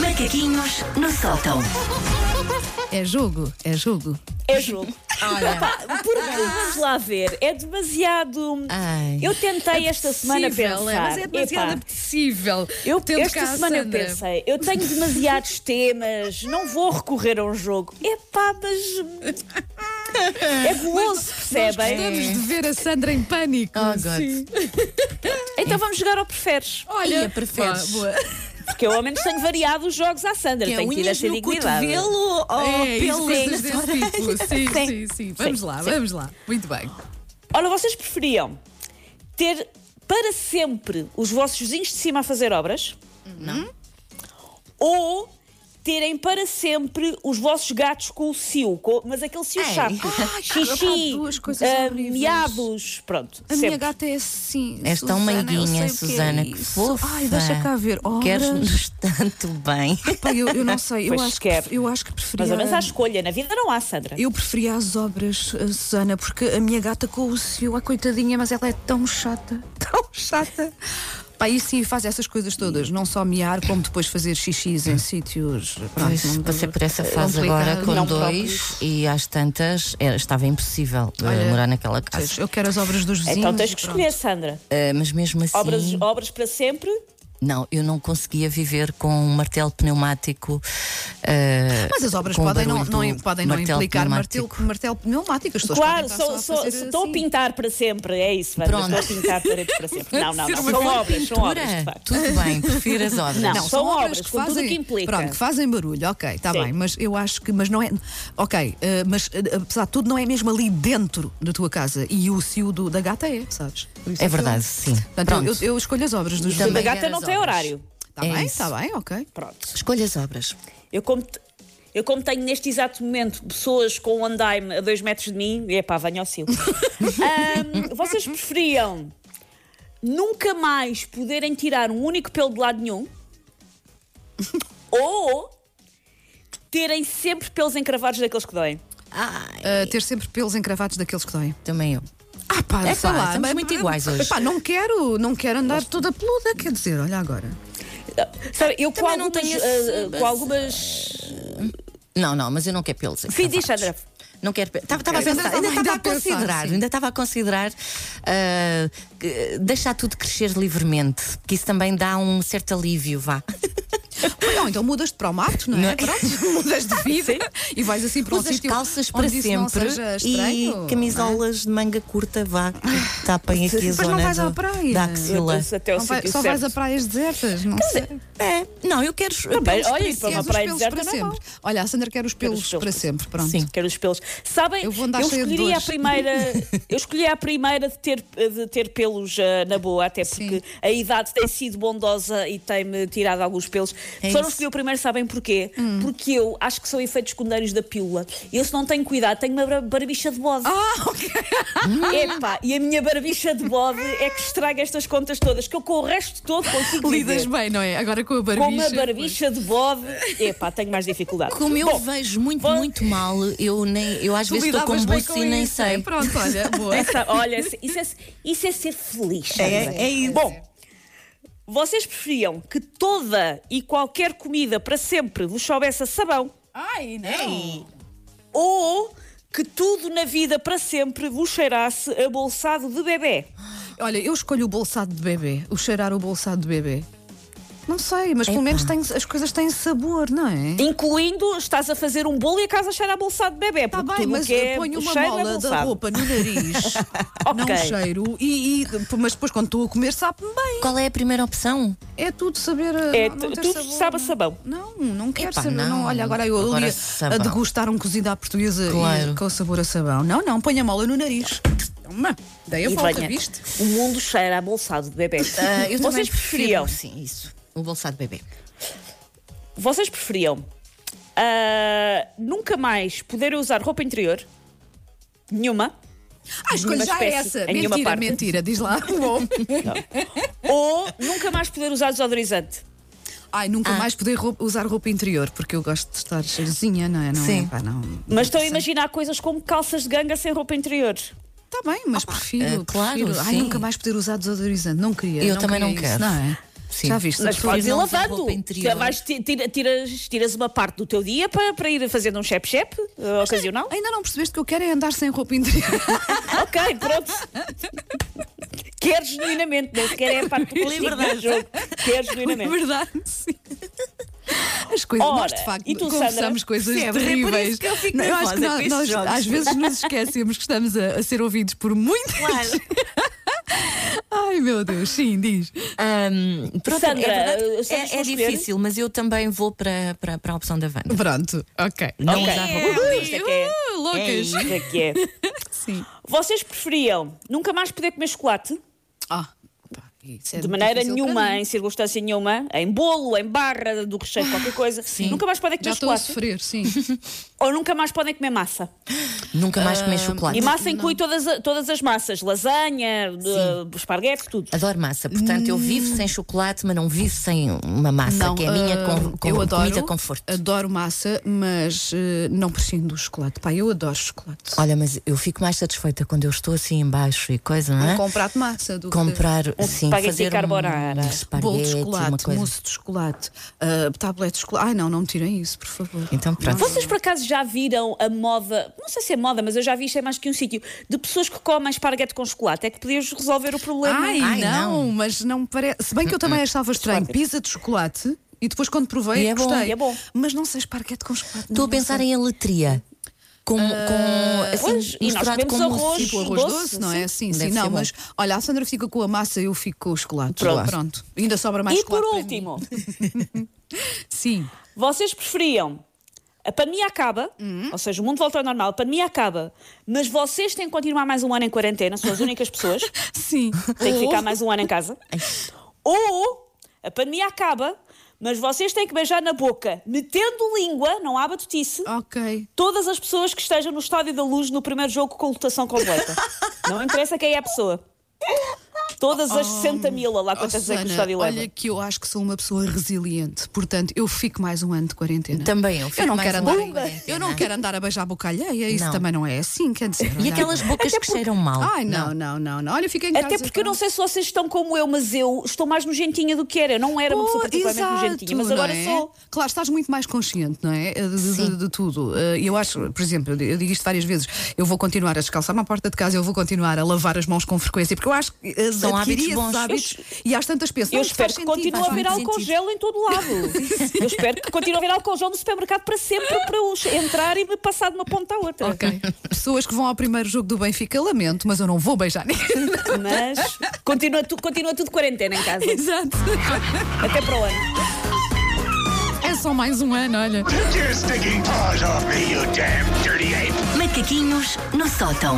Macaquinhos no sótão. É jogo, é jogo. É jogo. Porque vamos lá ver, é demasiado. Ai. Eu É tentei É esta semana Possível, pensar. é, mas é demasiado Epá, apetecível. eu Tendo cá esta a semana eu Sandra. pensei, eu tenho demasiados temas, não vou recorrer a um jogo. Epá, mas. É goloso, percebem? Gostamos É. de ver a Sandra em pânico. Oh, God. Sim. Então vamos jogar ao preferes. Olha, preferes. Pá, boa. Porque eu ao menos tenho variado os jogos à Sandra. Que é tenho tido unhas essa no dignidade. cotovelo ou É, isso, Oh, pelo coisas desse tipo. Sim, sim, Sim. sim, Vamos lá, sim. vamos lá. Muito bem. Ora, vocês preferiam ter para sempre os vossos vizinhos de cima a fazer obras? Hum? Não. Ou terem para sempre os vossos gatos com o cio, com- mas aquele cio Ei. chato. Ai, Xixi, pá, duas coisas ah, horríveis. miados, pronto. A minha sempre. gata é assim. És tão Susana, eu meiguinha, sei o Susana, é que isso. fofa. Ai, deixa cá ver. Obras. Queres-nos tanto bem. Pá, eu, eu não sei. Eu Pois acho, que, quer. eu acho que preferia. Mas ao menos há escolha, na vida não há, Sandra. Eu preferia as obras, a Susana, porque a minha gata com o seu, a coitadinha, mas ela é tão chata, tão chata. Pá, e sim, faz essas coisas todas, não só miar, como depois fazer xixis em sítios. Pronto, Pois, não- passei por essa fase complicado. agora com Não dois e às tantas é, estava impossível eh, Olha, morar naquela casa. Eu quero as obras dos vizinhos. então tens e que pronto. escolher, Sandra. Eh, mas mesmo assim, Obras, obras para sempre? não, eu não conseguia viver com um martelo pneumático. eh, Mas as obras com o podem não, barulho não- do podem não martelo implicar martelo, pneumático. martelo pneumático. As pessoas Claro, podem estar só, só só- a fazer estou a assim. pintar para sempre, é isso, Sandra. Pronto. Estou a pintar paredes para sempre. Não, não, Ser não. uma São boa obras, são Pintura? obras, de facto. Tudo bem, prefiro as obras. Não. são obras, com tudo fazem, o que implica. Pronto, que fazem barulho, ok, está Sim. bem, mas eu acho que, mas não é, ok, eh, mas eh, apesar de tudo não é mesmo ali dentro da tua casa e o cio do- da gata é, sabes? É verdade, sim. Portanto, eu, eu escolho as obras dos A Também gata quero não as tem obras. horário. Está É bem, isso. está bem, ok. Pronto. Escolha as obras. Eu como, te- eu como tenho neste exato momento pessoas com um andaime a dois metros de mim, epá, venha ao cio. Ahm, vocês preferiam nunca mais poderem tirar um único pelo de lado nenhum ou terem sempre pelos encravados daqueles que doem? Ai, Eh, ter sempre pelos encravados daqueles que doem. também eu. Ah, pá, É sei pá, lá, estamos mas- muito iguais hoje. Pá, não quero, não quero andar toda peluda, quer dizer, olha agora. Sabe, eu com Também não algumas, tenho esse- ah, ah, esse- com algumas. Não, não, mas eu não quero pelos. então Sim, diz, encravados. Sandra. Não quero. Estava a Ainda pensar, estava- ainda ainda estava a a pensar, considerar, sim. ainda estava a considerar ah, que- deixar tudo crescer livremente, que isso também dá um certo alívio, vá. Ah, Não, então mudas-te para o mato, não é? Pronto, mudas de vida e vais assim para um Usas sítio calças para onde isso não sempre seja e estranho, não é? camisolas de manga curta, vá, que tapem aqui a Depois não zona vais à do- praia. da axila. Eu até ao Não vai- sítio só certo. vais a praias desertas, não sei. É, não, eu quero. eu Também, quero Tá olha, experiências. para uma Queres os praia pelos deserta para não é sempre. Olha, a Sandra quer os pelos, os pelos para para sempre, pronto. Sim. Quero os pelos. Sabem, Eu vou andar cheia de escolheria a dores. primeira. eu escolheria a primeira de ter, de ter pelos ah, na boa, até porque Sim. a idade tem sido bondosa e tem-me tirado alguns pelos. É Só isso. não escolhi o primeiro, sabem porquê? Hum. Porque eu acho que são efeitos secundários da pílula. Eu, se não tenho cuidado, tenho uma bar- barbicha de bode. Ah, ok. Epá, e a minha barbicha de bode é que estraga estas contas todas, que eu com o resto todo consigo Lidas viver. bem, não é? Agora com a barbicha. Com uma barbicha de bode, epá, tenho mais dificuldade. Como eu Bom, vejo muito, bom. muito mal, eu, nem, eu às Tu vezes estou com lidavas bem buço e nem isso, sei. é? Pronto, olha, boa. Essa- olha, isso é, isso é ser feliz. É- é isso. Bom, vocês preferiam que toda e qualquer comida para sempre vos soubesse a sabão Ai, não. ou que tudo na vida para sempre vos cheirasse a bolsado de bebê? Olha, eu escolho o bolsado de bebê, o cheirar o bolsado de bebê. Não sei, mas pelo menos tem, as coisas têm sabor, não é? Incluindo, estás a fazer um bolo e a casa cheira a bolsado de bebê. Está porque Tá bem, tudo mas que é ponho uma cheiro é mola da bolsado. roupa no nariz, não Ok. cheiro, e, e- mas depois quando estou a comer sabe-me bem. Qual é a primeira opção? É tudo saber. É, não, não ter tudo sabor, sabe a não. sabão. Não, não quero Epá, saber. Não. não. Olha, agora eu ali Agora a- a sabão. degustar um cozido à portuguesa e- Claro. com sabor a sabão. Não, não, põe a mola no nariz. Toma, dei a E volta, venha, viste? O mundo cheira a bolsado de bebê. Ah, eu também Vocês prefiro, preferiam assim, Sim, isso. O bolsado bebê. Vocês preferiam ah, nunca mais poderem usar roupa interior? Nenhuma? Ah, escolha Nenhuma já é espécie, essa. em Mentira, nenhuma parte. mentira, diz lá. Bom. Ou nunca mais poder usar desodorizante? Ai, nunca mais poder rou- usar roupa interior, porque eu gosto de estar cheirosinha, não é? Não Sim. É, pá, não. Mas estão a imaginar coisas como calças de ganga sem roupa interior. Está Tá bem, mas prefiro, eh, claro, prefiro. Ai, sim. nunca mais poder usar desodorizante. Não queria. Eu também queria não quero. Isso, não é? Sim. Já viste? Mas Tu- podes ir não usar lavando. roupa interior. Vais, ti- tira- tiras, tiras uma parte do teu dia para, para ir fazendo um chep-chep é. eh, ocasional. Ainda não percebeste que eu quero é andar sem roupa interior. ok, pronto. Quer genuinamente, não sequer é a parte do Liberdade. jogo. Quer genuinamente. É Verdade, sim. As coisas, Ora, nós de facto e tu, Sandra? confessamos coisas Sempre, é por isso terríveis. que eu fico Não, acho que nervosa com nós, estes nós jogos. às vezes nos esquecemos que estamos a, a ser ouvidos por muitos. Claro. Ai meu Deus, sim, diz. Ahm, pronto, é, Sandra, eh, verdade, é, Sandra, é vamos escolher? difícil, mas eu também vou para, para, para a opção da Wanda. Pronto, ok. Não Ok. usar roupa. Uhul, isto é que é. Uh, loucas. É isto que é. Sim. Vocês preferiam nunca mais poder comer chocolate? Ah, pá, isso é De muito maneira difícil para nenhuma, mim. Ah, em circunstância nenhuma, em bolo, em barra do recheio, qualquer coisa. Nunca mais é podem Já comer estou a chocolate. sofrer, sim. Ou nunca mais podem comer massa. Nunca mais comer chocolate. E massa inclui todas, a- todas as massas: lasanha, de- esparguete, tudo. Adoro massa, portanto eu vivo Hum. sem chocolate, mas não vivo sem uma massa que é a minha ah, com, com eu adoro, comida conforto. Adoro massa, mas eh, não prescindo do chocolate. Pá, eu adoro chocolate. Olha, mas eu fico mais satisfeita quando eu estou assim embaixo e coisa, não é? Com um prato de massa do que- Comprar, sim, um espaguete fazer carbonara. um Bolo de espaguete, uma chocolate, coisa. mousse de chocolate, ah, tablete de chocolate. Ai não, não me tirem isso, por favor. Então pronto. Vocês por acaso já viram a moda? Não sei se é moda, mas eu já vi isto em mais que um sítio de pessoas que comem esparguete com chocolate. É que podias resolver o problema. Ai, Ai, não, não. Hum, mas não me parece. Se bem que eu também achava estranho. Pizza de chocolate e depois quando provei E é bom, gostei. e é bom. Mas não sei esparguete com chocolate. Estou não, a pensar não sei. em aletria. Com, com Ah, pois, assim, e nós misturado com comemos mousse. arroz. Tipo arroz doce, doce, não é? Sim, sim. Deve ser Não, bom. mas olha, a Sandra fica com a massa, eu fico com o chocolate. Pronto. Pronto. Ainda sobra mais E por chocolate. para mim. último, Sim. vocês preferiam a pandemia acaba, Hum. ou seja, o mundo volta ao normal, a pandemia acaba, mas vocês têm que continuar mais um ano em quarentena, são as únicas pessoas, Sim. têm que ficar mais um ano em casa. Ou a pandemia acaba, mas vocês têm que beijar na boca, metendo língua, não há batutice, Ok. todas as pessoas que estejam no Estádio da Luz no primeiro jogo com lotação completa. Não interessa quem é a pessoa. Todas as 60 mil, ou lá Oh, quantas é que o Susana, estádio leva. olha que eu acho que sou uma pessoa resiliente, portanto eu fico mais um ano de quarentena. Também eu fico Eu não mais quero um andar, ano de quarentena. eu não quero andar a beijar a boca alheia, isso Não. também não é assim, quer dizer. E olha, aquelas bocas que cheiram mal. Ah, Ai não, não, não, não. Olha, fica em casa. Até porque eu não sei se vocês estão como eu, mas eu estou mais nojentinha do que era. Eu não era uma Oh, pessoa particularmente exato, nojentinha, mas não agora é? sou. Claro, estás muito mais consciente, não é? De, de- de- de tudo. Eh, Eu acho, por exemplo, eu di- eu digo isto várias vezes: eu vou continuar a descalçar na porta de casa, eu vou continuar a lavar as mãos com frequência, porque eu acho que eh, São adquiri hábitos esses bons. hábitos e às tantas penso. Eu "Ah, isto espero faz que sentido, continue a faz haver muito álcool sentido." gel em todo lado. Eu espero que continue a haver álcool gel no supermercado para sempre, para eu entrar e me passar de uma ponta à outra. Ok. Pessoas que vão ao primeiro jogo do Benfica, lamento, mas eu não vou beijar ninguém. Mas continua, tu, continua tudo quarentena em casa. Exato. Até para o ano. É só mais um ano, olha. Take your stinking paws off me, you damn dirty ape! Macaquinhos no sótão.